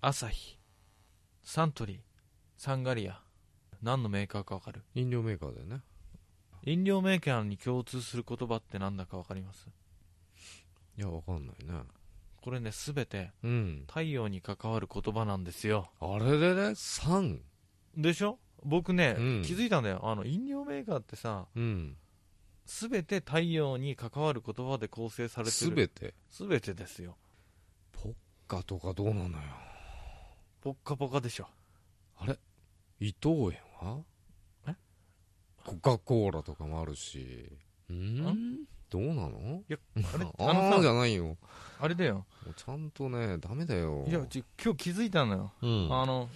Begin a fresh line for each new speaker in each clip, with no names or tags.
アサヒサントリーサンガリア何のメーカーかわかる
飲料メーカーだよね
飲料メーカーに共通する言葉ってなんだかわかります
いやわかんないね
これね全て
うん
太陽に関わる言葉なんですよ
あれでね酸
でしょ僕ね、
うん
気づいたんだよあの飲料メーカーってさ
うん
全て太陽に関わる言葉で構成されて
す
る
べて
全べてですよ
ポッカとかどうなのよ
ポッカポカで しょ
あれ伊藤園は
え
コカ・コーラとかもあるしうんどうなの
いやあ
あ
れ
あ
あ
ー
の
じ
さ
ゃないよも
あれだよ
うちゃんとねダメだよ
いやち今日気づいたのよ、
うん、
あ
今
の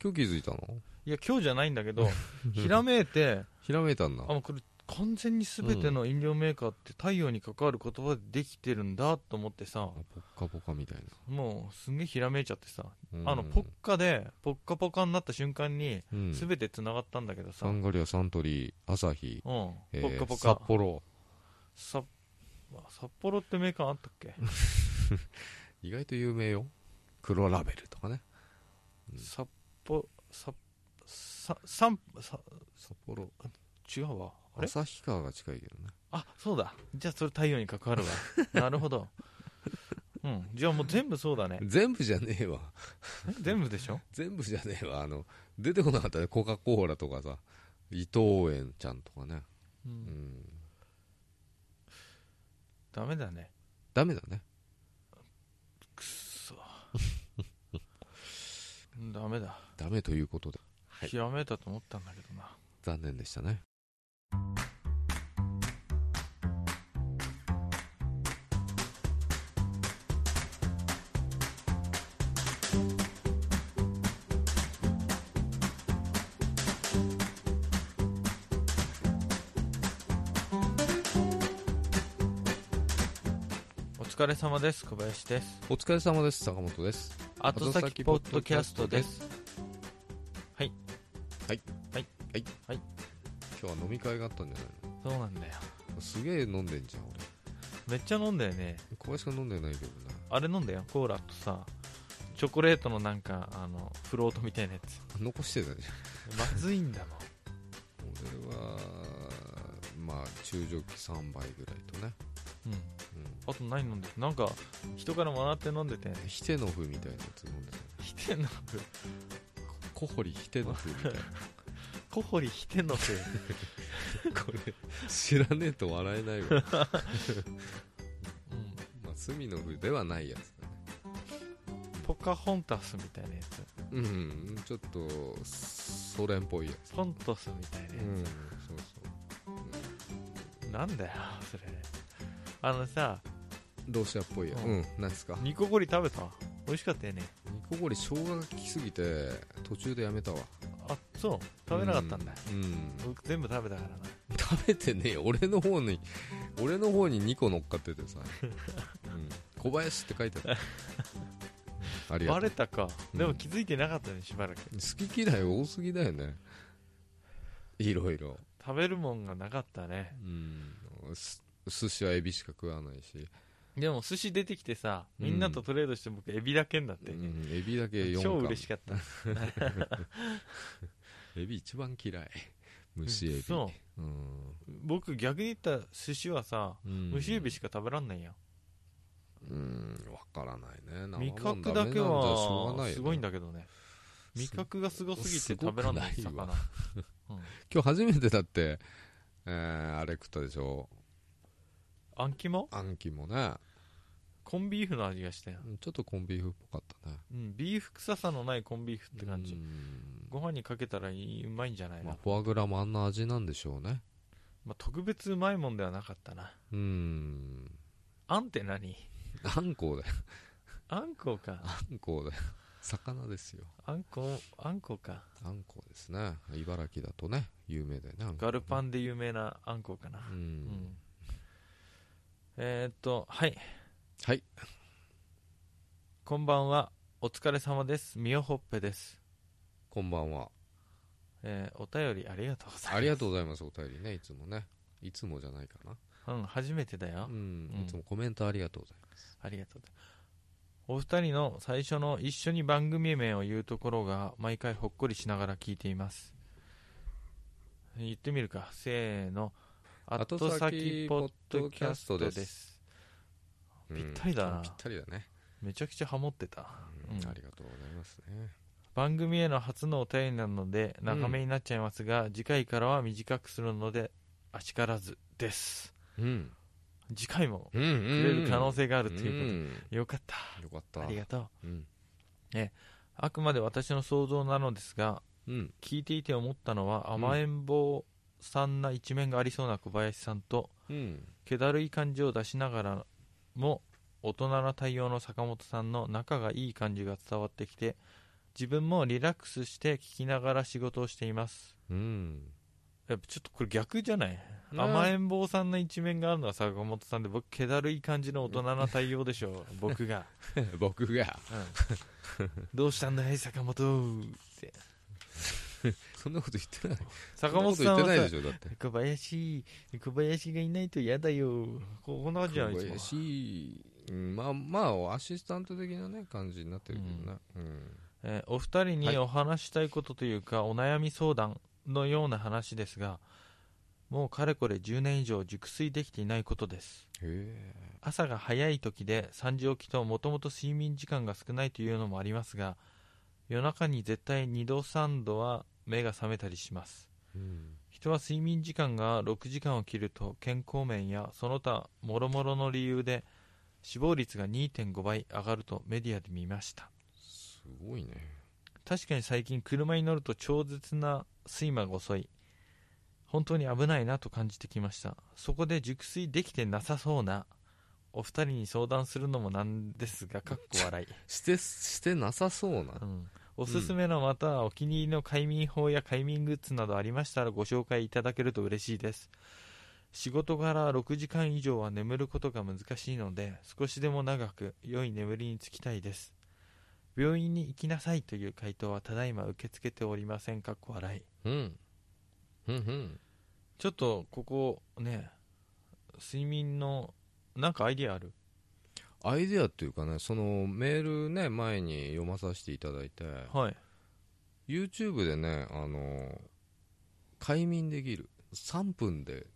日気づいたの
いや今日じゃないんだけ どひらめいて
ひらめいたんだ
あもうこれ完全に全ての飲料メーカーって太陽に関わる言葉でできてるんだと思ってさ
あポッカポカみたい
もうすんげえひらめいちゃってさ、
な、
あのポッカでポッカポカになった瞬間に
うん、
全てつながったんだけどさ、
サ
うん
ンガリアサントリー朝日、えー
ポッカポ
札
カ
幌
さ札幌ってメーカーあったっけ
意外と有名よ黒ラベルとかね
札幌札ささんさ
札幌
違うわあれ
旭川が近いけどね
あそうだじゃあそれ太陽に関わるわ なるほどうんじゃあもう全部そうだね
全部じゃねえわ
え全部でしょ
全部じゃねえわあの出てこなかったねコカ・コーラとかさ伊藤園ちゃんとかね
う
うんん
ダメだね
ダメだね
くっそ ダメだ
ダメということでい
ひらめいたと思ったんだけどな
残念でしたね
お疲れ様です小林です
お疲れ様です坂本です
後先ポッドキャストですはい
はい
はい
はい、
はい、
今日は飲み会があったんじゃない
そうなんだよ
のすげえ飲んでんじゃん俺
めっちゃ飲んだよね
小林が飲んでないけどな
あれ飲んだよコーラとさチョコレートのなんかあのフロートみたいなやつ
残してたじ
まずいんだもん
ゃん俺はまあ中ジョッキ3杯ぐらいとね、
うん
う
あと何飲んでなんか人からもらって飲んでて
ん、ヒテノフみたいなやつ飲んでたよ
ヒテノフ
コホリヒテノフみたいな
コホリヒテノフ
これ知らねえと笑えない
う
わ
ん
まあスミノフではないやつだね
ポカホンタスみたいなやつ
うんうんちょっとソ連っぽいやつ
ポントスみたいな
う
や
んそう
つ、なんだよそれあのさ
そうロシアっぽいやつ
う
うんん何ですか
ニコゴリ食べた美味しかったよね
ニコゴリ生姜が効きすぎて途中でやめたわ
あそう食べなかったんだ、
うんうん
僕全部食べたからな
食べてねえよ俺の方に俺の方に2個乗っかってて さ、うん小林って書いてあったありが
バ
とう
レたか、
うん
でも気づいてなかったねしばらく
好き嫌い多すぎだよねいろいろ、
食べるもんがなかったね
うん、す寿司はエビしか食わないし、
でも寿司出てきてさみんなとトレードして僕エビだけになって、
うんエビだけ4
超
貫
嬉しかった
エビ一番嫌い虫エビ
そ
うん
僕逆に言ったら寿司はさ
うん
虫エビしか食べらんないやん
うんわからないね生
味
も
覚
ん
だ
ダメなん
け
じゃしょうが
は
ないよね
すごいんだけどね味覚がすごすぎて食べらんない魚
すごくない今日初めてだって、えーあれ食ったでしょ
あん肝
あん肝ね
コンビーフの味がしたよ、
ちょっとコンビーフっぽかったね
うん、ビーフ臭さのないコンビーフって感じ、
うん
ご飯にかけたらいいうまいんじゃないの、
まあ
ま、
フォアグラもあんな味なんでしょうね
あ、特別うまいもんではなかったな
うん
あんって何
あんこうだよ
あんこうか
あんこうだよ魚ですよ
あんこあんこうか
あんこうですね茨城だとね有名だよねあんこ
ガルパンで有名なあんこうかな
うん、
うんえーっとはい
はい
こんばんはお疲れ様ですみおほっぺです、
こんばんは
えーお便りありがとうございます
ありがとうございますお便りねいつもねいつもじゃないかな
うん初めてだよ、
うん
うん
いつもコメントありがとうございます
ありがとうございますお二人の最初の一緒に番組名を言うところが毎回ほっこりしながら聞いています言ってみるかせーの
後
後
先
先ポッドキャストで
ポッドキャストですうん
ぴったりだな
ぴったりだね、
めちゃくちゃハモってた
うん
うん
ありがとうございますね
番組への初のお便りなので長めになっちゃいますが、次回からは短くするのであしからずです
うん
次回も
うんうん
くれる可能
が
性があ
あ
るということ、よかった
よかった
ありがとう
うん
あくまで私の想像なのですが
うん
聞いていて思ったのは
うん
甘えん坊さんな一面がありそうな小林さんと
うん
気だるい感じを出しながらも大人な対応の坂本さんの仲がいい感じが伝わってきて自分もリラックスして聞きながら仕事をしています
うん
やっぱちょっとこれ逆じゃない、
ね
甘えん坊さんな一面があるのは坂本さんで僕気だるい感じの大人な対応でしょう僕が、
僕が
うんどうしたんだい坂本って
そんなこと言ってない
坂本さん
そ
は
んなこと言ってない
さ
でしょだって
小林小林がいないと嫌だよここんな感じじゃない
小
ですか、
林うんまあまあアシスタント的なね感じになってるけどねうん
えーお二人
は
に
い
お話したいことというか、お悩み相談のような話ですがもうかれこれ10年以上熟睡できていないことです
へえ
朝が早い時で3時起きともともと睡眠時間が少ないというのもありますが夜中に絶対2度3度は目が覚めたりします
うん
人は睡眠時間が6時間を切ると健康面やその他もろもろの理由で死亡率が2.5倍上がるとメディアで見ました
すごいね
確かに最近車に乗ると超絶な睡魔が遅い本当に危ないなと感じてきましたそこで熟睡できてなさそうなお二人に相談するのもなんですがかっこ笑い、
してしてなさそうな
うん、おすすめのまたはお気に入りの快眠法や快眠グッズなどありましたらご紹介いただけると嬉しいです仕事から6時間以上は眠ることが難しいので少しでも長く良い眠りにつきたいです病院に行きなさいという回答はただいま受け付けておりませんかっこ笑い
うんうんうん
ちょっとここね睡眠のなんかアイディアある
アイデアっていうかねそのメールね前に読まさせていただいて
はい
YouTube でねあの快眠できる3分で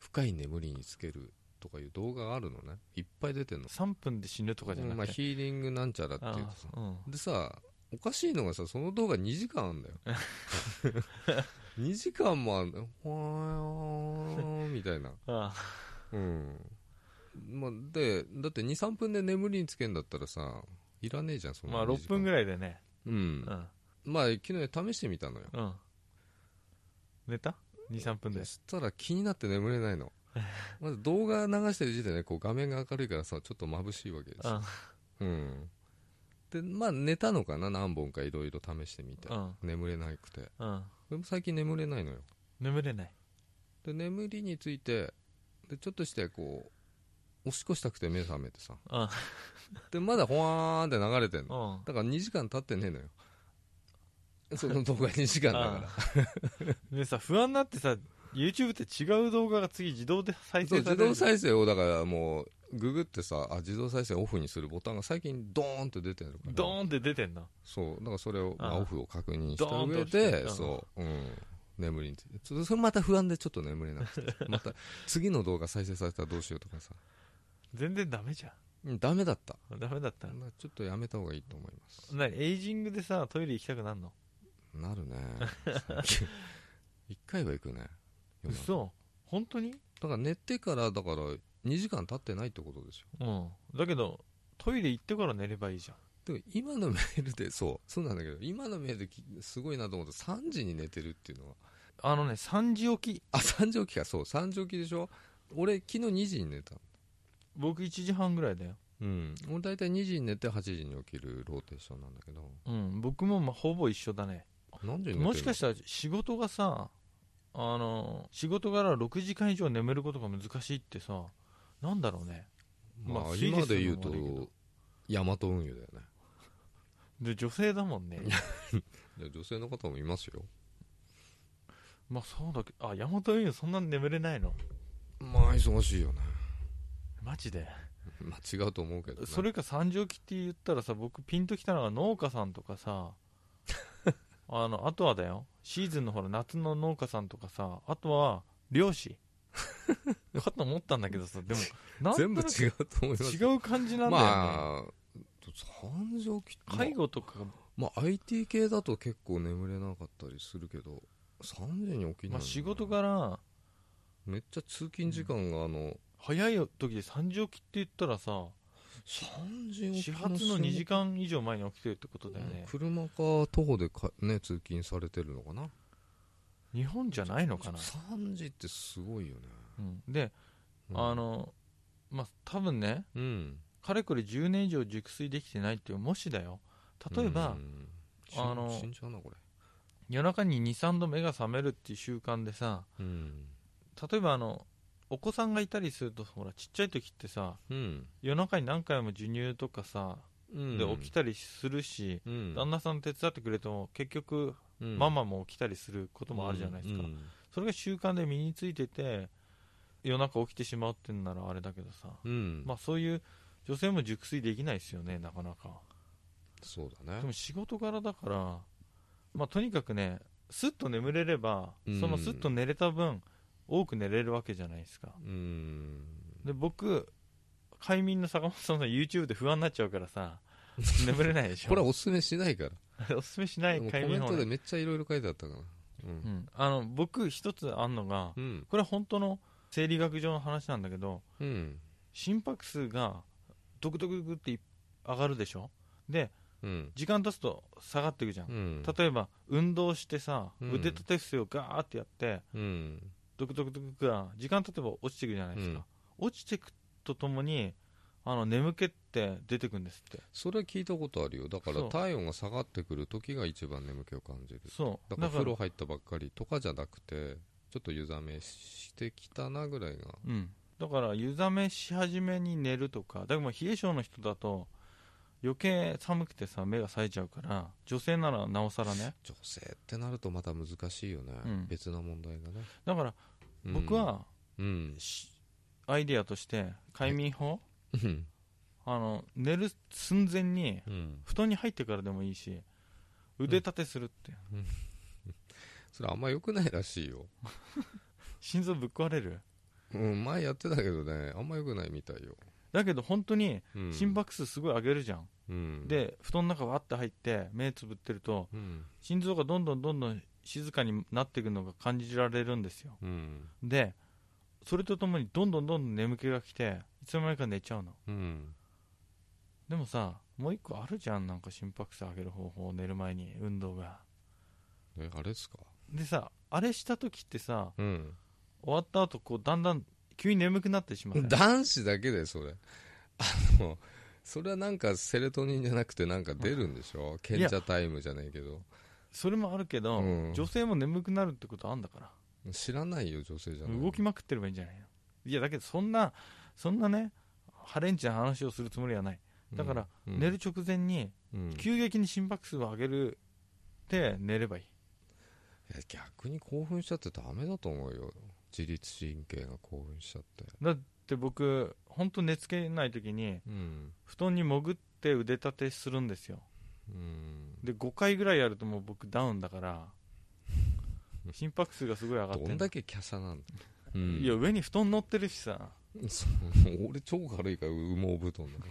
深い眠りにつけるとかいう動画があるのねいっぱい出てんの
3分で死ぬとかじゃ
うんま
な
あ、
くて、
ヒーリングなんちゃらっていう
あ
とさ
ーうん
でさおかしいのがさその動画2時間あ んだよ2時間もあんだよほわーみたいな
あー
うん、まあ、でだって23分で眠りにつけんだったらさいらねえじゃんその
まあ6分ぐ
らい
らいでね
うん
うん
まあ昨日試してみたのよ
うん寝た23分で
そしたら気になって眠れな いのまず動画流してる時点でこう画面が明るいからさちょっと眩しいわけです
うん
ようんでまあ寝たのかな何本かいろいろ試してみて
うん
眠れなくて
うん
俺も最近眠れないのよ
眠れない
で眠りについてでちょっとしてこうおしっこしたくて目覚めてさ
うんうん
でまだほわーんって流れてんの
あ
だから2時間経っ てねえのよその動画2時間だから
ーでさ不安になってさ YouTube って違う動画が次自動で再
そう
生さ
自
れる
動再生をだからもうググってさあ自動再生オフにするボタンが最近ドーンって出てるから
ドーンって出てんの
そうだからそれをまあ
ああ
オフを確認した
ドーンと
上
押して
で
うん
そううん眠りについてちょっとそれまた不安でちょっと眠れな くてまた次の動画再生されたらどうしようとかさ
全然ダメじゃ
うんダメだった
んダメだったら
まあちょっとやめた方がいいと思います
なにエイジングでさトイレ行きたくなるの
なるね 一回は行くね夜中
嘘本当に
だから寝てからだから2時間経ってないってことですよ
うんだけどトイレ行ってから寝ればいいじゃん
でも今のメール でそうそうなんだけど今のメールできすごいなと思って3時に寝てるっていうのは
あのね3時起き
あ3時起きかそう3時起きでしょ俺昨日2時に寝た
僕1時半ぐらいだよ
うん俺大体2時に寝て8時に起きるローテーションなんだけど
うん僕もまあほぼ一緒だね
何時に寝てるの
もしかしたら仕事がさあの仕事から6時間以上眠ることが難しいってさなんだろうね
ま
まあ
あ今で言
推
う
理するのも悪い
とヤマト運輸だよね
で女性だもんね
いや女性の方もいますよ
まあそうだけどあ山本運輸そんな眠れないの
まあ忙しいよね
マジで
まあ違うと思うけど、ね、
それか三畳期って言ったらさ僕ピンときたのが農家さんとか さあのあとはだよシーズンのほら夏の農家さんとかさあとは漁師 かと思ったんだけどさでもなんと
全
な
部
く
違うと思います
違う感じなんだよね、
まあ三畳期って
介護とか、
まあ、IT 系だと結構眠れなかったりするけど3時に起きない、
まあ、仕事から
めっちゃ通勤時間があの
早い時で3時起きって言ったらさ
3時起き
始発の2時間以上前に起きてるってことだよね
車か徒歩でか、ね、通勤されてるのかな
日本じゃないのかな、
3時ってすごいよね、
うん、で
うん
あのまあ多分ね
うん
かれこれ10年以上熟睡できてないっていうもしだよ例えば、
うん
あの
死んじゃうなこれ
夜中に23度目が覚めるっていう習慣でさ
うん
例えばあのお子さんがいたりするとほらちっちゃい時ってさ
うん
夜中に何回も授乳とかさで起き
き
たりするし、
うん
旦那さん手伝ってくれても結局
うん
ママも起きたりすることもあるじゃないですか、
うん
それが習慣で身についてて夜中起きてしまうってんならあれだけどさ、
うんうん
まあそういう女性も熟睡できないですよねなかなか
そうだ
で
ね
も仕事柄だからまあとにかくねスッと眠れれば、
うん
そのスッと寝れた分多く寝れるわけじゃないですか
うん
で僕快眠の坂本さんの YouTube で不安になっちゃうから さ眠れないでしょ
これはおすすめしないから
おすすめしない
でもコ
快
メ
眠
ン
法
ト
ね
でめっちゃいろいろ書いてあったからうん
うん、あの僕一つあんのが
うん
これは本当の生理学上の話なんだけど
うん
心拍数がドクドクドクって上がるでしょで
うん
時間経つと下がっていくじゃん、
うん
例えば運動してさ、
うん
腕立て伏せをガーってやって
うん
ドクドクドクが時間経てば落ちていくじゃないですか、落ちていくとともにあの眠気って出てくるんですって
それは聞いたことあるよだから
そう
体温が下がってくる時が一番眠気を感じる
そう
だから風呂入ったばっかりとかじゃなくてちょっと湯冷めしてきたなぐらいが
うん、だから湯冷めし始めに寝るとかだからもう冷え性の人だと余計寒くてさ目が冴えちゃうから女性ならなおさらね
女性ってなるとまた難しいよね、
うん
別な問題がね
だから
うん
僕は、
うん
しアイディアとして快眠法、
うん
あの寝る寸前に
うん
布団に入ってからでもいいし腕立てするって、
それあんま良くないらしいよ、
心臓ぶっ壊れる
うん、前やってたけどねあんま良くないみたいよ、
だけど本当に
うん、
心拍数すごい上げるじゃん、
うん、
で布団の中わって入って目つぶってると
うん
心臓がどんどんどんどん静かになっていくのが感じられるんですよ
うん
でそれとともにどんどんどんどん眠気が来ていつの間にか寝ちゃうの
うん
でもさもう一個あるじゃんなんか心拍数上げる方法寝る前に運動が
えあれっすか
でさあれした時ってさ
うん
終わった後こうだんだん急に眠くなってしまう
男子だけでそれあのそれはなんかセレトニンじゃなくてなんか出るんでしょ賢者タイムじゃないけど
それもあるけど、
うん
女性も眠くなるってことあんだから
知らないよ女性じゃない
動きまくってればいいんじゃないのいやだけどそんなそんなねハレンチな話をするつもりはないだから、
うんうん
寝る直前に
うん
急激に心拍数を上げるって寝ればいい
いや逆に興奮しちゃってダメだと思うよ自律神経が興奮しちゃって
だって僕本当寝つけない時に
うん
布団に潜って腕立てするんですよ
うん
で5回ぐらいやるともう僕ダウンだから心拍数がすごい上がって
どん
る
だけ華奢なんだ、うん
いや上に布団乗ってるしさ
そう俺超軽いから羽毛布団だか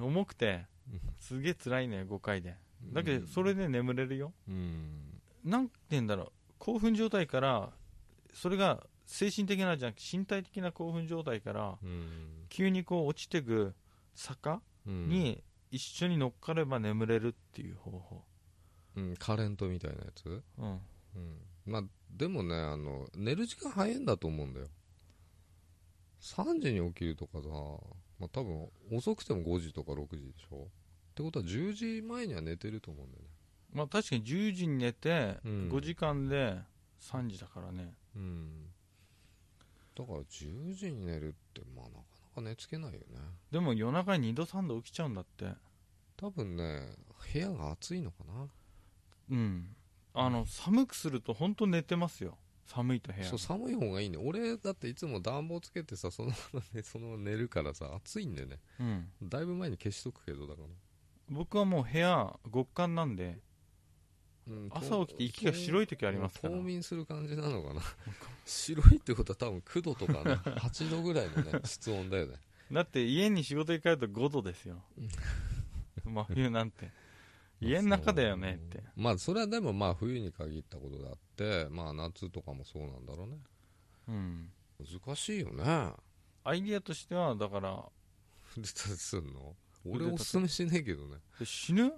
重くて
うん
すげえ辛いね5回で
ら
だけどそれで眠れるよ
うん
なんて言うんだろう興奮状態からそれが精神的なじゃなくて身体的な興奮状態から
うん
急にこう落ちてく坂
うん
に一緒に乗っかれば眠れるっていう方法
うんカレントみたいなやつ
うん
うんまあでもねあの寝る時間早いんだと思うんだよ3時に起きるとかさ、まあ、多分遅くても5時とか6時でしょってことは10時前には寝てると思うんだよね
まあ確かに10時に寝て
うん
5時間で3時だからね、
うんだから10時に寝るってまあなかなか寝つけないよね
でも夜中に2度3度起きちゃうんだって
多分ね部屋が暑いのかな
うんあの寒くすると本当寝てますよ寒いと部屋
そう寒い方がいいね俺だっていつも暖房つけてさそのままねそのまま寝るからさ暑いんだよね
うん、
だいぶ前に消しとくけどだから
僕はもう部屋極寒なんで
うん
朝起きて息が白い時ありますから
冬眠する感じなのかな白いってことは多分9度とか ね8度ぐらいのね室温だよね
だって家に仕事行かれると5度です よ真冬なんて家の中だよねって
まあそれはでもまあ冬に限ったことだってまあ夏とかもそうなんだろうね
うん
難しいよね
アイディアとしてはだから
腕立てすんの俺おすすめしねえけどね
死ぬ
ん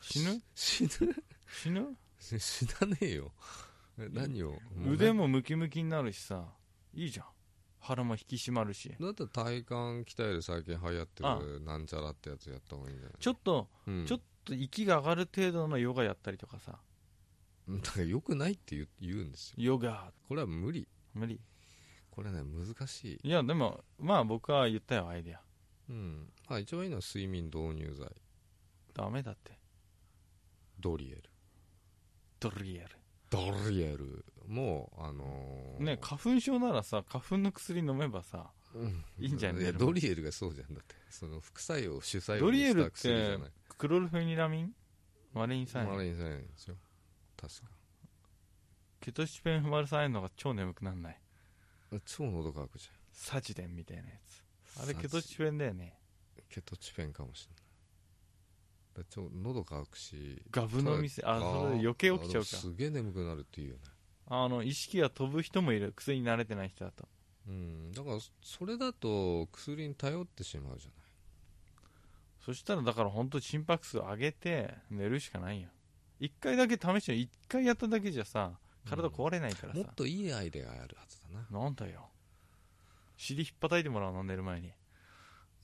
死ぬ
死ぬ
死ぬ
死なねえよえ何をうね
腕もムキムキになるしさいいじゃん腹も引き締まるし
だって体幹鍛える最近流行って
あ
るなんちゃらってやつやった方がいいんじゃない
ちょっと
うん
ちょっと息が上がる程度のヨガやったりとかさ
うんだからよくないって言う言うんですよ
ヨガ
これは無理
無理
これね難しい
いやでもまあ僕は言ったよアイディア
うんまあ一番いいのは睡眠導入剤
ダメだって
ドリエル
ドリエル
ドリエルもうあのー
ね花粉症ならさ花粉の薬飲めばさ
うん
いいんじゃない
やドリエルがそうじゃんだってその副作用主作用
ドリ
に
エ
し
ルったて
薬じゃない
クロルフェニラミンマレイン酸
マ
塩
レインサインですよ確か
ケトシペンフマル酸塩の方が超眠くなんない
超喉乾くじ
サチデンみたいなやつ
ゃん
あれケトシペンだよね
ケトチペンかもしれないだから超喉乾くし
ガブ飲みせあそれで余計起きちゃう
あ
か
でもすげえ眠くなるっていうよね
あの意識が飛ぶ人もいる薬に慣れてない人だと
うんだからそれだと薬に頼ってしまうじゃない
そしたらだから本当心拍数上げて寝るしかないよ一回だけ試して一回やっただけじゃさ体壊れないからさ
も、っといいアイデアがあるはずだな
なんだよ尻ひっぱたいてもらうの寝る前に
い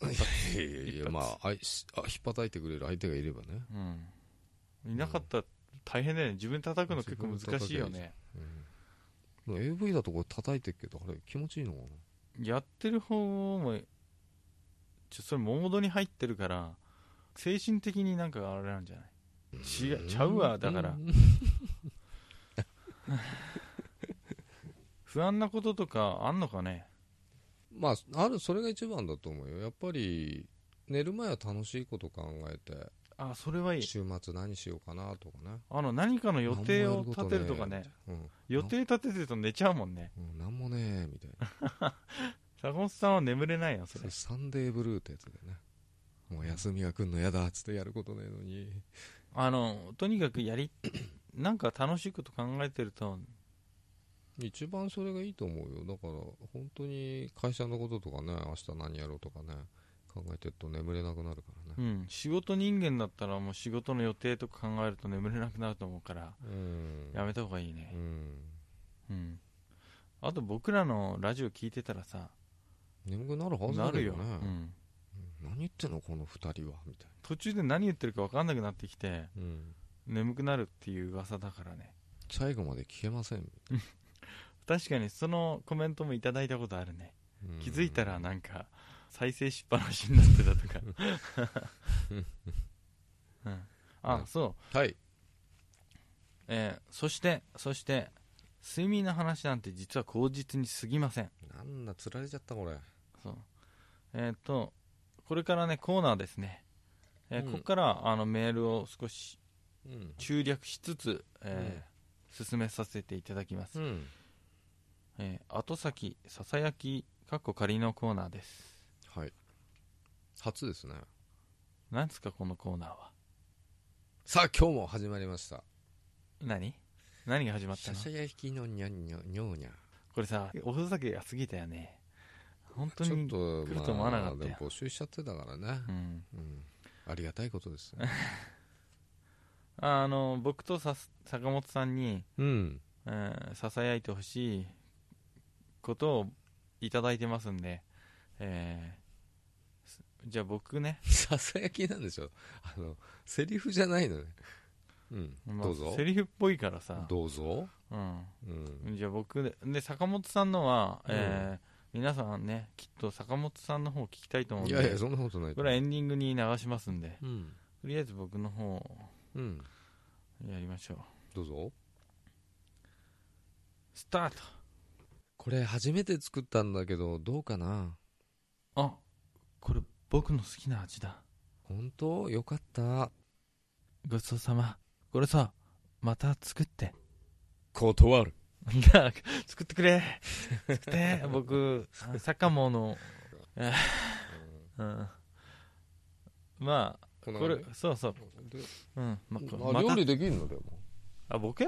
やいやい
一
や
発
まああいしあ引っ叩いてくれる相手がいればね、
うんいなかったら大変だよね自分叩くの結構難しいよね
うん、でも AV だとこれ叩いてるけどあれ気持ちいいのかな
やってる方もちょそれモードに入ってるから精神的になんかあれなんじゃない違うちゃうわだから
ん
不安なこととかあんのかね
まああるそれが一番だと思うよやっぱり寝る前は楽しいこと考えて
あそれはいい
週末何しようかなとかね、
あの何かの予定を立てるとかね
うん
予定立ててると寝ちゃうもんね
うん、なんもねえみたいな
坂本さんは眠れないよそ
そ
れ
れサンデーブルーってやつでねもう休みが来んのやだっつってやることねえのに
あのとにかくやりなんか楽しいこと考えてると
一番それがいいと思うよだから本当に会社のこととかね明日何やろうとかね考えてると眠れなくなるから
う
ね
ん仕事人間だったらもう仕事の予定とか考えると眠れなくなると思うから
うん
やめた方がいいね
うん
うんあと僕らのラジオ聞いてたらさ
眠くなるはず
な
だ
る
よ
よ、
ね
うん、
何言ってんのこの二人はみたい
途中で何言ってるか分かんなくなってきて
な、うん、
眠くなるっていう噂だからね
最後まで消えません、
確かにそのコメントもいただいたことあるね
うん
気づいたらなんか再生しっぱなしになってたとか うんあ
ね
そう
はい
えーそしてそして睡眠の話なんて実は口実に過ぎません
なんだ釣られちゃったこれ
そうえっ、とこれからねコーナーですね、えー
うん
ここからあのメールを少し
うん
中略しつつ、えー進めさせていただきます、
うん
えー後先ささやきかっこ仮のコーナーです
はい初ですね
なんですかこのコーナーは
さあ今日も始まりました
何何が始まった
シ
の
ャシャヤ引きのにゃんにゃんにょうにゃん
これさおふざけが過ぎたよね本当
ちょ
に
っと
来ると思わなかったよ
まあでも募集しちゃってたからね
うん
うんありがたいことですね
あの僕とさ坂本さんに
うん
ささやいてほしいことをいただいてますんで、えーすじゃあ僕ね、
ささやきなんでしょあのセリフじゃないのねうん
まあ
どうぞ
セリフっぽいからさ、
どうぞ
うん、
うん
じゃあ僕でで坂本さんのは、えー皆さんねきっと坂本さんの方聞きたいと思うん
い
で
やいやそんなことない
これはエンディングに流しますんで
うん
とりあえず僕の方を
うん
やりましょう
どうぞ
スタート
これ初めて作ったんだけどどうかな
あこれ僕の好きな味だ
本当よかった
ごちそうさまこれさまた作って
断る
なあ作ってくれ作って僕サカモのうんまあ
こ
これそうそう
で
うんま
あ
こま
料
た
理できるのでも、
あ僕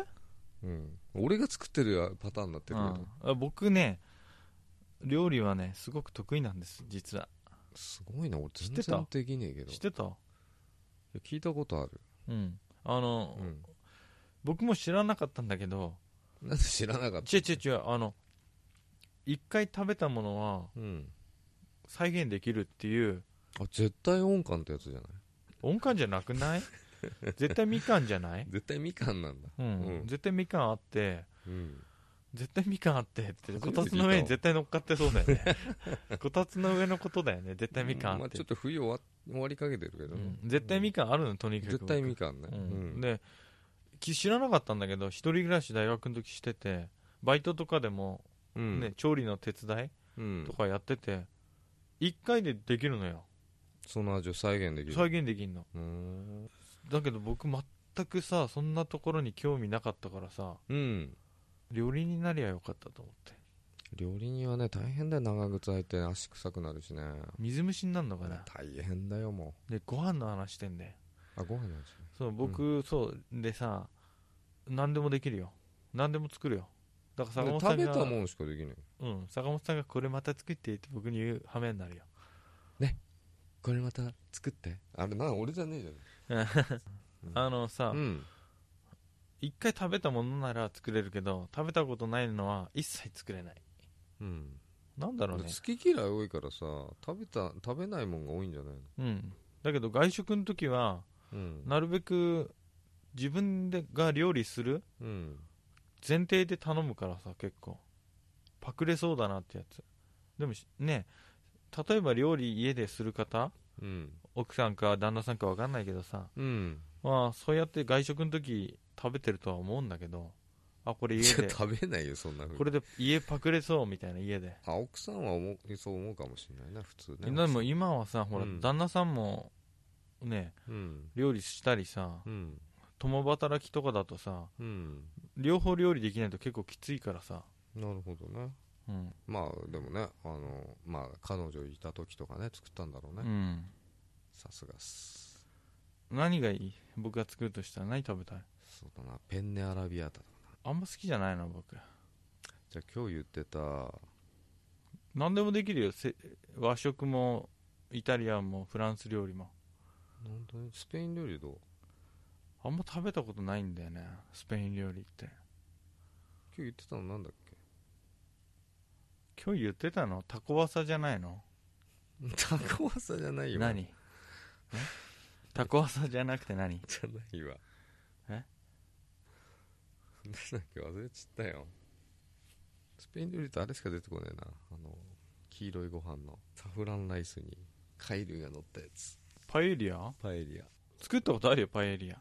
うん、俺が作ってるパターンになってるけど、
うんあ僕ね料理はねすごく得意なんです実は
すごいな俺
知っ
全
てた
然できねえけど
知ってた
聞いたことある、
うんあの、
うん、
僕も知らなかったんだけど
なんで知らなかった
違う違う違うあの一回食べたものは
うん、
再現できるっていう
あ絶対音感ってやつじゃない
音感じゃなくない 絶対みかんじゃない、
絶対みかんなんだ
うん
うん
絶対みかんあって
うん
絶対みかんあってって
初めて聞
こ
いた
た
わ
つの上に絶対乗っかってそうだよね こたつの上のことだよね絶対みかん
ま
あっ
あ、
て、
ちょっと冬終わ終わりかけてるけど
う
ね、
ん絶対みかんあるのとにかく
絶対みかんね、
う
うんん
でき知らなかったんだけど一人暮らし大学の時しててバイトとかでも、
うん
ね調理の手伝
うん
いとかやってて、一回でできるのよ
その味を再現できる
再現できんの
うーん
だけど僕全くさそんなところに興味なかったからさ
うん
料理になりゃよかったと思って
料理人はね大変だよ長靴履いて足臭くなるしね
水虫になるのかな
大変だよも
でご飯の話してんで
うあご飯の味
そう僕、そうでさ何でもできるよ何でも作るよだから坂
ね
本
で
さ
食
ん
べ
が
たもんしかできない
うん、坂本さんがこれまた作ってって僕に言う羽目になるよ
これまた作ってあれな俺じゃねえじ
あの
ゃ
さ
んうん
一、回食べたものなら作れるけど食べたことないのは一切作れない
うん
なんだろう
俺
ね
好き嫌い多いからさ食べた食べないもんが多いんじゃないの
うんだけど外食の時は
うん
なるべく自分でが料理する
うん
前提で頼むからさ結構パクれそうだなってやつでもしね例えば料理家でする方
うん
奥さんか旦那さんか分かんないけどさ
うん
まあそうやって外食の時食べてるとは思うんだけどあこれ
い
家
や
で
食べないよそんなふう
これで家パクれそうみたいな家で、
あ奥さんは思うそう思うかもしれないな普通ね
でも今はさほら、
うん
旦那さんもね
うん
料理したりさ
うん
共働きとかだとさ
うん
両方料理できないと結構きついからさ、
なるほどね
うん
まあでもねあのまあ彼女いた時とかね作ったんだろう
う
ね
ん
さすがっす
何がいい僕が作るとしたら何食べたい
そうだなペンネアラビアータだ
あんま好きじゃないな僕
じゃあ今日言ってた
何でもできるよせ和食もイタリアンもフランス料理も
本当にスペイン料理どう
あんま食べたことないんだよねスペイン料理って
今日言ってたのなんだっけ
今日言ってたのタコワサじゃないの
タコワサじゃないよ
何タコワサじゃなくて何
じゃないわ
え
なんだっけ忘れちったよスペイン料理とあれしか出てこねえなあの黄色いご飯のサフランライスに貝類が乗ったやつ
パエリア
パエリア
作ったことあるよパエリア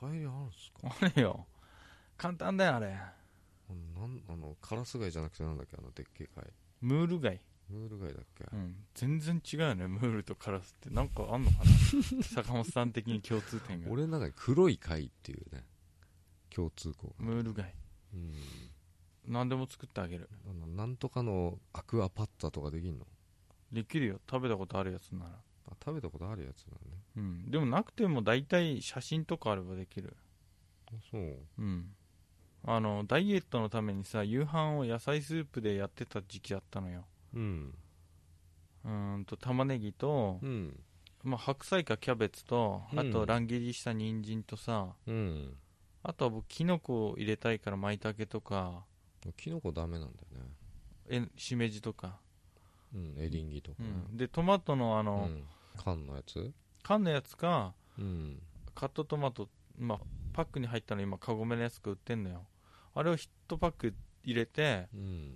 パエリアあるんすか
あれよ簡単だよあれ
あのなんあのカラス貝じゃなくてなんだっけあのでっけえ貝
ムール貝、
ムール貝だっけ、
うん、全然違うよねムールとカラスってなんかあんのか な坂本さん的に共通点が
俺の中に黒い貝っていうね共通項が
ムール貝
うん
何でも作ってあげる
あのなんとかのアクアパッツァとかできんの
できるよ食べたことあるやつなら
あ食べたことあるやつなんね
うんでもなくても大体写真とかあればできる
あそう
うんあのダイエットのためにさ夕飯を野菜スープでやってた時期あったのよ
うん
うーんと玉ねぎと、
うん
まあ、白菜かキャベツと
うん
あと乱切りした人参とさ、
うん
あとは僕キノコを入れたいから舞茸とか
キノコダメなんだよね
えしめじとか、
うんエリンギとか
う
ね
んでトマトのあ
う
の、
ん缶のやつ
缶のやつか
うん
カットトマト、まあ、パックに入ったの今カゴメのやつが売ってんのよあれを1パック入れて
うん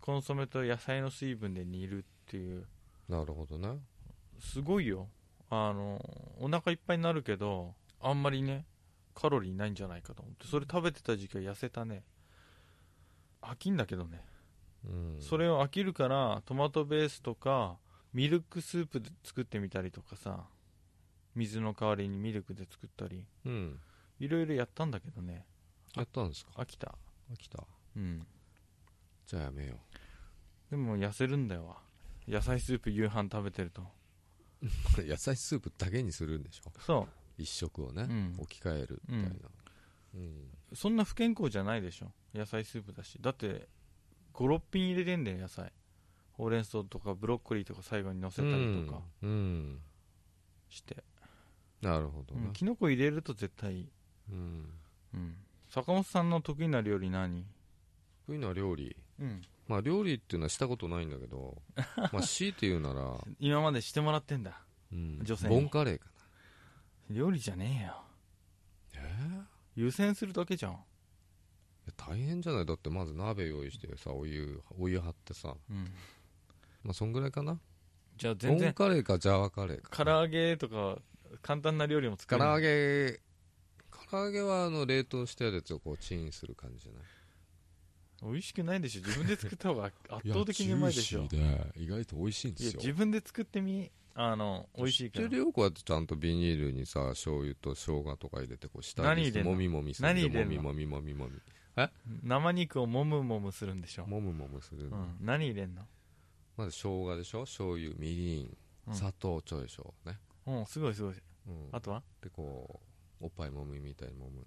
コンソメと野菜の水分で煮るっていう
なるほどね
すごいよあのお腹いっぱいになるけどあんまりねカロリーないんじゃないかと思ってそれ食べてた時期は痩せたね飽きんだけどね、
うん、
それを飽きるからトマトベースとかミルクスープで作ってみたりとかさ水の代わりにミルクで作ったり
うん
いろいろやったんだけどね
やったんですか
飽きた
飽きた
うん
じゃあやめよ
でも痩せるんだよ野菜スープ夕飯食べてると
う 野菜スープだけにするんでしょ
そ
一食をね、
うん
置き換えるみたいな、うん
うそんな不健康じゃないでしょ野菜スープだしだって56品入れてんだよ野菜ほうれん草とかブロッコリーとか最後にのせたりとか
うん、うん
して、
なるほど
うん
ね、
キノコ入れると絶対いい、
うん、
うん、坂本さんの得意な料理何
得意な料理
うん
まあ料理っていうのはしたことないんだ けどまあ強いて言うなら、
今までしてもらってんだ
うん、
女性に
ボンカレーか
料理じゃねえよ
なえ
湯煎するだけじゃん
え大変じゃないだってまず鍋用意してさお湯お湯張ってさ
うん
まあそんぐらいかな
じゃあ
ボ
全
ン
然
カレーかジャワカレー
唐
か
揚げとか簡単な料理も作
唐
る
揚げ唐揚げはあの冷凍したやつをこうチンする感じじゃない
美味しくないでしょ自分で作った方が圧倒的にうまいでしょい
意外と美味 しいん
や自分で作ってみあの美味しいか
知
ら
ってるよこうやってちゃんとビニールにさ醤油と生姜とか入れてこう下
何
に
入れんの
もみもみする
何入れ
も
ん
み
の
もみもみもみ
生肉をもむもむするんでしょ、
もむもむする
う
の、
ん、何入れんの
まず生姜でしょ醤油みりん
うん
砂糖ちょいでしょね、
うんすごいすごい
うん、
あとは
でこうおっぱいもみみたいにもむ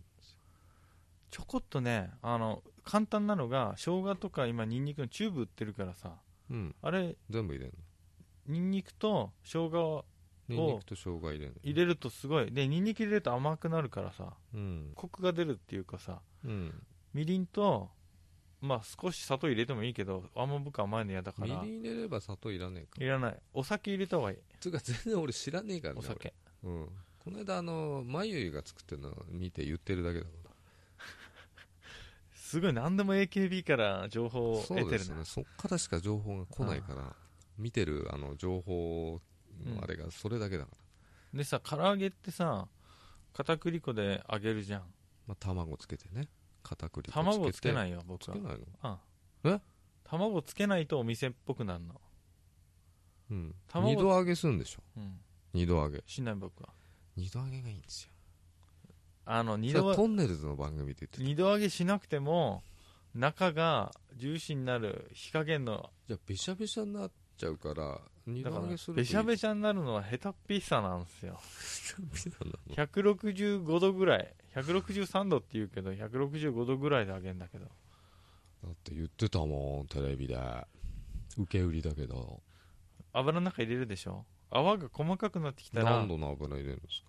ちょこっとねあの簡単なのが生姜とか今ニンニクのチューブ売ってるからさ
うん
あれ
全部入れる
ニンニクと生姜を
のにんにくと生姜入れるの
入れるとすごいでニンニク入れると甘くなるからさ
うん
コクが出るっていうかさ
うん
みりんとまあ少し砂糖入れてもいいけどあんま僕甘いの嫌だか
みり
ら
ん入れれば砂糖いらねえか
いらないお酒入れた方がいい
つうか全然俺知らねえからね
お酒
俺うんこの間あのまゆゆが作ってるの見て言ってるだけだから
すごい何でも AKB から情報を
そ
得
う
て
で
る
す
な、
ねそっからしか情報が来ないから見てるあの情報のあれがそれだけだから、
でさ唐揚げってさ片栗粉で揚げるじゃん
まあ、卵つけてね片栗粉
卵つけ
い
ないよ僕
つ
は
けないの
あ
え
卵つけないとお店っぽくなるの、
うん
卵
二度揚げするんでしょ
うん、
二度揚げ
しない僕は
二度揚げがいいんですよ
あの二
それは
度
トンネルズの番組で言ってた
二度揚げしなくても中がジューシーになる火加減の
じゃあべしゃべしゃになっちゃうから二
だ
度
から
揚げする
べしゃべ
し
しゃになるのは下手っぴさなんですよ
ゃなんだもん
165度ぐらい163度って言うけど165度ぐらいで揚げるんだけど
だって言ってたもんテレビで受け売りだけど
油の中入れるでしょ泡が細かくなってきたら
何度の油入れるんです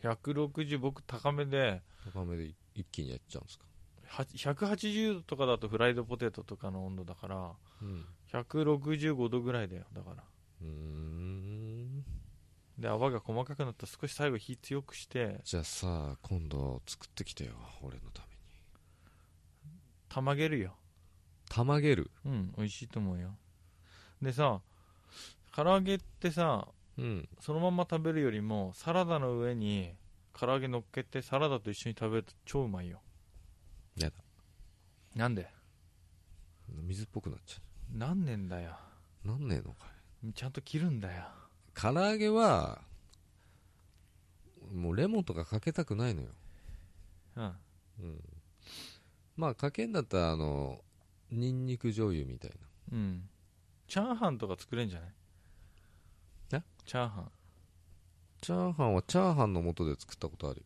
160僕高めで
か高めで一気にやっちゃうんですか
は180度とかだとフライドポテトとかの温度だから
うん
165度ぐらいだよだから
うーん
で泡が細かくなったら少し最後火強くして
じゃあさ今度作ってきてよ俺のために
たまげるよ
たまげる
うん美味しいと思うよでさ唐揚げってさ
うん
そのまま食べるよりもサラダの上に唐揚げ乗っけてサラダと一緒に食べると超うまいよ
やだ
なんで
水っぽくなっちゃ
なんねんだよ
うなんねえのかい
ちゃんと切るんだよ
唐揚げはもうレモンとかかけたくないのよ
うん
うんまあかけんだったらあのニンニク醤油みたいな
うんチャーハンとか作れんじゃない
え
チャーハン
チャーハンはチャーハンの素で作ったことあるよ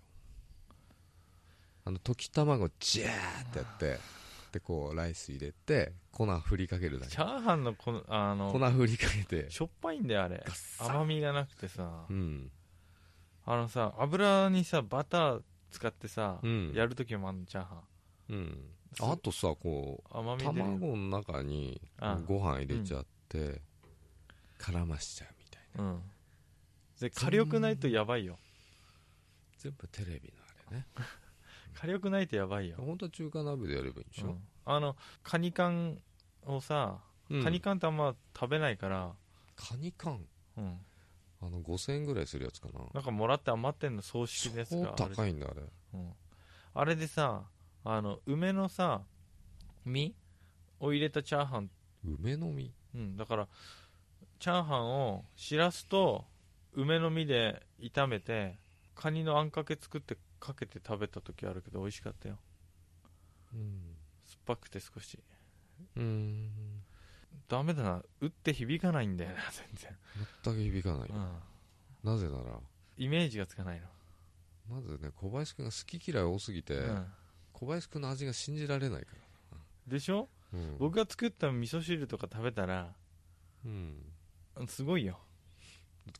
あの溶き卵ジャーってやってでこうライス入れて粉振りかけるだけ
チャーハンのこのあ
粉
の
振りかけて
しょっぱいんだよあれ甘みがなくてさ
うん
あのさ油にさバター使ってさ、
うん
やるときもあんのチャーハン
うん
す
あとさこ
甘
う
み出るよ
卵の中に
あ
ご飯入れちゃって、絡ましちゃうみたいな
うんで火力ないとやばいよ
全部テレビのあれね
火力ないとやばいよ、
本当は中華鍋でやればいいんでし
う
ょ
ん、あのカニ缶をさ、
うん
カニ缶ってあんま食べないから、
カニ缶
うん、
あの5000円ぐらいするやつかな
なんかもらって余ってんの葬式のやつ
超
がある
高いんだあれ
うん、あれでさあの梅のさ実を入れたチャーハン、
梅の実
うん、だからチャーハンをしらすと梅の実で炒めてカニのあんかけ作ってかけて食べた時あるけど美味しかったよ
うん
酸っぱくて少し
うん
ダメだな打って響かないんだよな 全
全く響かない、
然、うん、
なぜなら
イメージがつかないの、
まずね小林くんが好き嫌い多すぎて、
うん
小林くんの味が信じられないか
でしょ、
ら、うん、
僕が作った味噌汁とか食べたら
うん
すごいよ、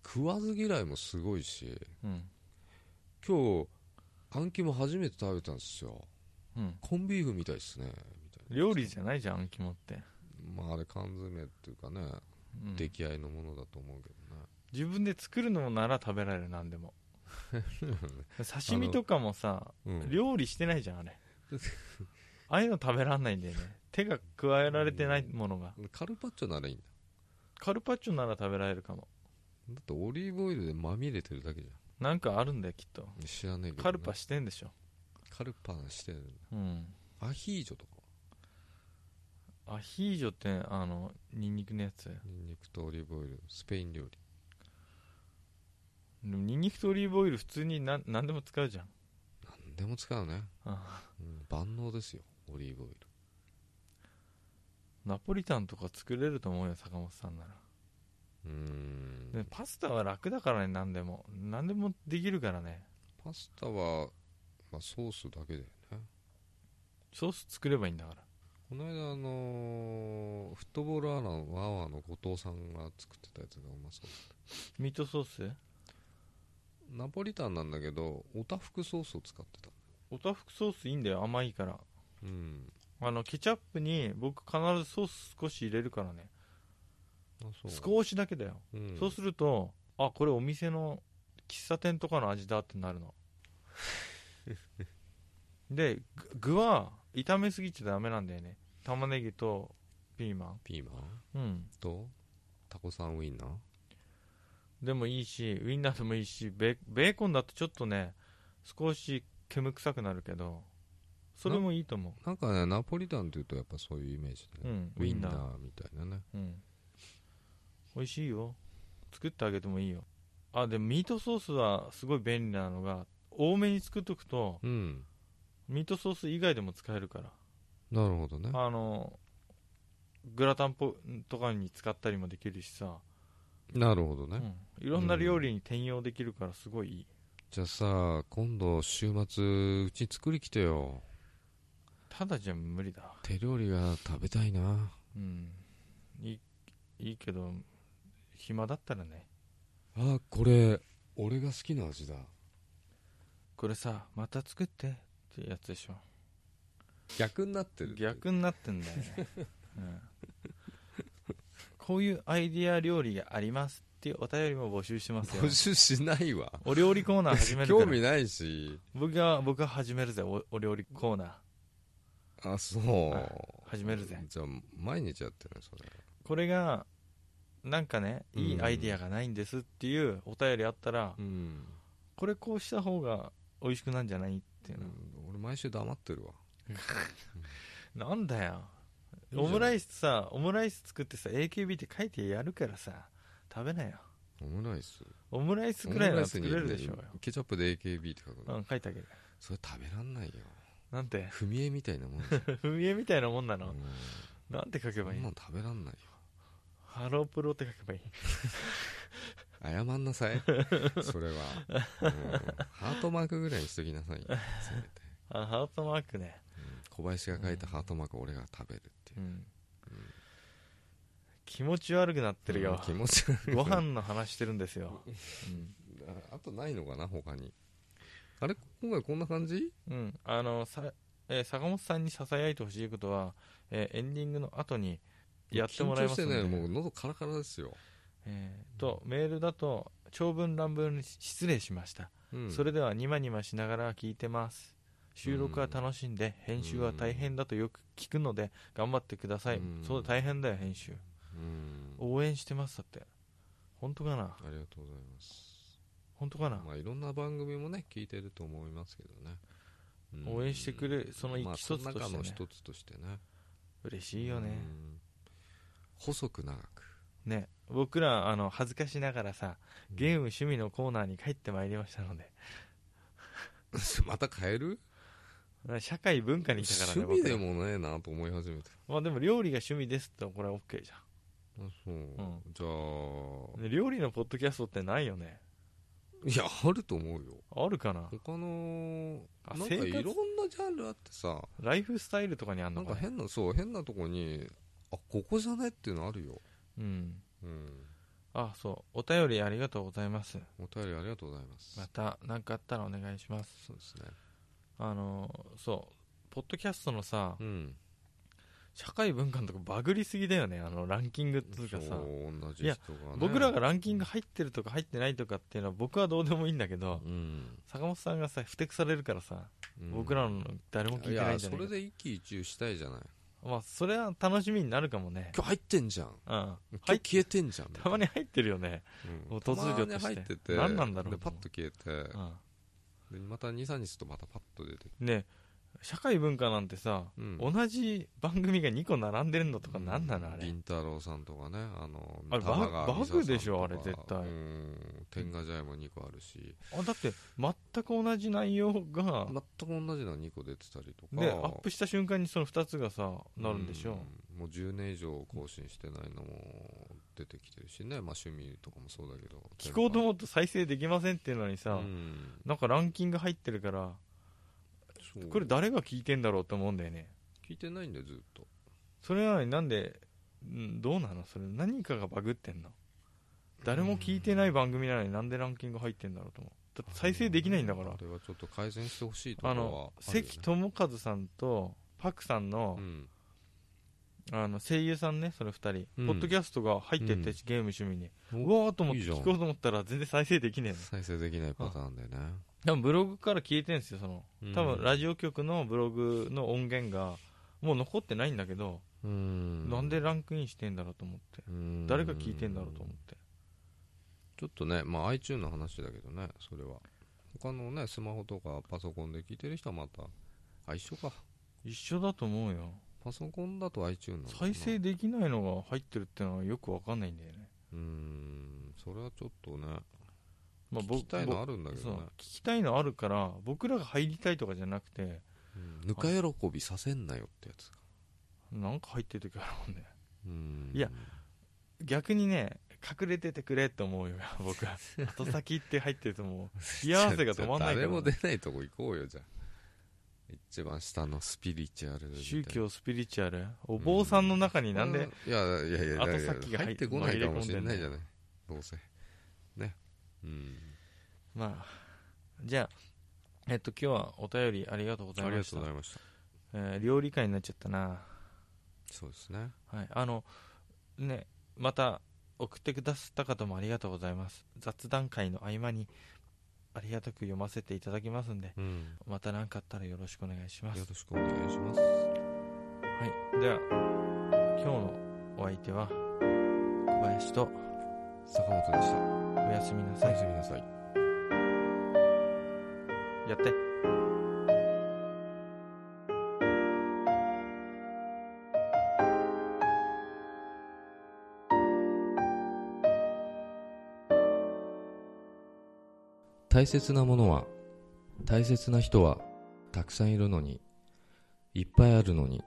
食わず嫌いもすごいし
うん
今日あん肝初めて食べたんですよ
うん、
コンビーフみたいですねみたいな
料理じゃないじゃんあん肝って、
まああれ缶詰っていうかね、
うん
出来合いのものだと思うけどね
自分で作るのなら食べられる何で も刺身とかもさ、
うん
料理してないじゃんあれああいうの食べらんないんだよね手が加えられてないものが
カルパッチョならいいんだ
カルパッチョなら食べられるかも
だってオリーブオイルでまみれてるだけじ
なんかあるんだよきっと
ゃん知らねえけど、ね、
カルパしてんでしょ
カルパしてる
うん
アヒージョとか
アヒージョってあのニンニクのやつ
ニンニクとオリーブオイルスペイン料理
でもニンニクとオリーブオイル普通に何何でも使うじゃん
何でも使うね、
あ
うん万能ですよオリーブオイル
ナポリタンとか作れると思うよ坂本さんなら
うーん
でパスタは楽だからね何でも何でもできるからね
パスタは、まあ、ソースだけだよね
ソース作ればいいんだから
この間あのーフットボールアワーの後藤さんが作ってたやつがうまそう
ミートソース
ナポリタンなんだけどおたふくソースを使ってた
おたふくソースいいんだよ甘いから
うん
あのケチャップに僕必ずソース少し入れるからね
あそう
少しだけだよ、
うん
そうするとあこれお店の喫茶店とかの味だってな るので具具は炒めすぎちゃダメなんだよね玉ねぎとピーマン
ピーマン
うん
とタコさんウインナー
でもいいしウインナーでもいいしベベーコンだとちょっとね少し煙臭くなるけどそれもいいと思
なんかねナポリタンっていうとやっぱそういうイメージ
う、う
ね、
ん、
ウインナーみたいなね
うん美味しいよ作ってあげてもいいよあでもミートソースはすごい便利なのが多めに作っとくと
うん
ミートソース以外でも使えるから
なるほどね
あのグラタンポとかに使ったりもできるしさ、
なるほど
う
ね、
ん、いろんな料理に転用できるからすごいいい
じゃあさ今度週末うちに作り来てよ
ただじゃ無理だ
手料理が食べたいな
うんいいいいけど暇だったらね
あこれ俺が好きな味だ
これさまた作ってってやつでしょ
逆になってる
逆になってんだよ ね、うん、こういうアイディア料理がありますっていうお便りも募集してますよ
募集しないわ
お料理コーナー始めるか
興
ら
味ないし
僕が僕が始めるぜおお料理コーナー
あそう
はい始めるぜ
じゃあ毎日やってるねそれ
これがなんかねいいアイディアがないんですっていうお便りあったら、
うん
これこうした方が美味しくなんじゃないっていうの、
俺毎週黙ってるわ
なんだよ
いいじゃん
オムライスさオムライス作ってさ AKB って書いてやるからさ食べなよ
オムライス
オムライスくらい
オム
は
ライス
作
に
れるでしょうよ、
ねケチャップで AKB って書くの、
うん、書いてあげる
それ食べらんないよ
なんて
踏み絵みたいなもんじゃん
踏み絵みたいなもんなの、
うん
なんて書け
そ
ばいい
んなの食べらんないよ
ハロープロって書けばいい
謝んな さいそれは、うんハートマークぐらいにしときなさいよせめて
あハートマークね、
うん小林が書いたハートマークを俺が食べるっていう
うん気持ち悪くなってるよ、
気持ち悪い
ご飯の話してるんですよ、
ああとないのかな他にあれ今回こんな感じ
うんうんあのさ、えー坂本さんにささやいてほしいことは、えーエンディングの後にやってもらいます
緊
の
張し
で、
てねもう喉カラカラですよ、
えーとメールだと長文乱文に失礼しました、
うん
それではニマニマしながら聞いてます収録は楽しんで編集は大変だとよく聞くので頑張ってください、
うん
そうだ大変だよ編集
うん
応援してますだって本当かな
ありがとうございます
本当かな、
まあいろんな番組もね聞いてると思いますけどね、うん
応援してくれその一
まあ
一つとしてね
その中の一つとしてね
嬉しいよね、
うん細く長く
ね僕らあの恥ずかしながらさゲーム趣味のコーナーに帰ってまいりましたので
また変える
社会文化にいたからね
趣味で
僕ら
もねえなと思い始めて
まあでも料理が趣味ですってこれは OK じ
あそう、
ん
じ
ゃんね
ゃ
料理のポッドキャストってないよね
あいやあると思うよ
あるかな
他の
あ
なんか
生活
いろんなジャンルあってさ
ライフスタイルとかにあんの
なん
か
か
な
変なそう変なとこにあここじゃないっていうのあるよ
うん
うん
あそうお便りありがとうございます
お便りありがとうございます、
また何かあったらお願いします
そうですね
あのそうポッドキャストのさ
うん
社会文化のとこバグりすぎだよねあのランキングっていう
そ
か
う
さ
同じ
い
人
や
がね
僕らがランキング入ってるとか入ってないとかっていうのは僕はどうでもいいんだけど、
うん、
坂本さんがさふてくされるからさ、
うん
僕らの誰も聞いてないんじゃないか
やそれで一喜一憂したいじゃない
まあそれは楽しみになるかもね
今日入ってんじゃん
うん
今
入っ
日消えてんじゃん
たまに入ってるよね
うん
突如として
たまに入ってて
何なんだろう
でパッと消えて
う、ん
でまた23日するとまたパッと出てくる、
ね社会文化なんてさ、
うん
同じ番組が2個並んでるのとか何なのあれ、
銀太郎さんとかねあの
あれバ
玉川美沙さんとか
バグでしょあれ絶対
うん天下茶屋も2個あるし、
あだって全く同じ内容が、
全く同じの2個出てたりとか
でアップした瞬間にその2つがさなるんでしょ、
うんもう10年以上更新してないのも出てきてるしね、まあ、趣味とかもそうだけど
聞こうと思うと再生できませんっていうのにさ、
うん
なんかランキング入ってるから
そう
これ誰が聞いてんだろうと思うんだよね
聞いてないんだよずっと
それなのになんで、うん、どうなのそれ何かがバグってんの誰も聞いてない番組なのになんでランキング入ってんだろうと思うだって再生できないんだから
これはちょっと改善してほしいとこ
あ
ろは
の
あるよね
関智一さんとパクさんの,、
うん
あの声優さんねその2人、
うん
ポッドキャストが入ってって、
うん
ゲーム趣味に
お
うわーと思って
いいじ
聞
ゃん
こうと思ったら全然再生できねえの
再生できないパターンだよね
多分ブログから消えてんですよその多分ラジオ局のブログの音源がもう残ってないんだけど、
オうん
なんでランクインしてんだろうと思って
うん
誰が聞いてんだろうと思って
ちょっとね、まあ、iTune の話だけどねそれは他のねスマホとかパソコンで聞いてる人はまたあ一緒か
一緒だと思うよ
パソコンだと iTune なのかな
再生できないのが入ってるってのはよくわかんないんだよね、
うんそれはちょっとね
まあ、
聞きたいのあるんだ
僕
け
そ
ど
う
ね
聞きたいのあるから僕らが入りたいとかじゃなくて
うんぬか喜びさせんなよってやつ
なんか入ってる時あるもんね
うん
いや逆にね隠れててくれって思うよ僕 は後先行って入ってるともう冷や汗が止まんないか
誰
ら、
も出ないとこ行こうよじゃあ一番下のスピリチュアルみたいな
宗教スピリチュアルお坊さんの中になんで、
いやいやいやいや
後先が入っ
入ってこないかもしれな
紛
いじ
れ
ゃないどうせねうん
まあじゃあえっと今日はお便りありがとうござい
あり
ま
が
し
と
た
うございました
えー料理会になっちゃったな
そうですね
はい、あのねまた送ってくださった方もありがとうございます雑談会の合間にありがたく読ませていただきますんで
うん
また何かあったらよろしくお願いします
よろしくお願いしますは
はい、では今日のお相手は小林と
い坂本でした
おやすみな
お
さ
や
い
すみなさい
やって
大切なものは大切な人はたくさんいるのにいっぱいあるのに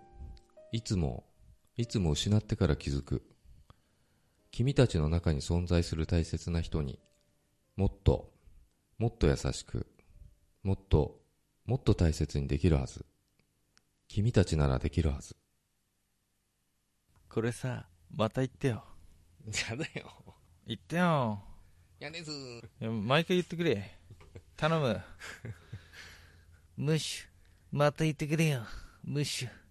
いつもいつも失ってから気づく君たちの中に存在する大切な人にもっともっと優しくもっともっと大切にできるはず君たちならできるはず
これさまた言ってよ
やだよ
言ってよ
やです
いや毎回言ってくれ頼むムッシュまた言ってくれよムッシュ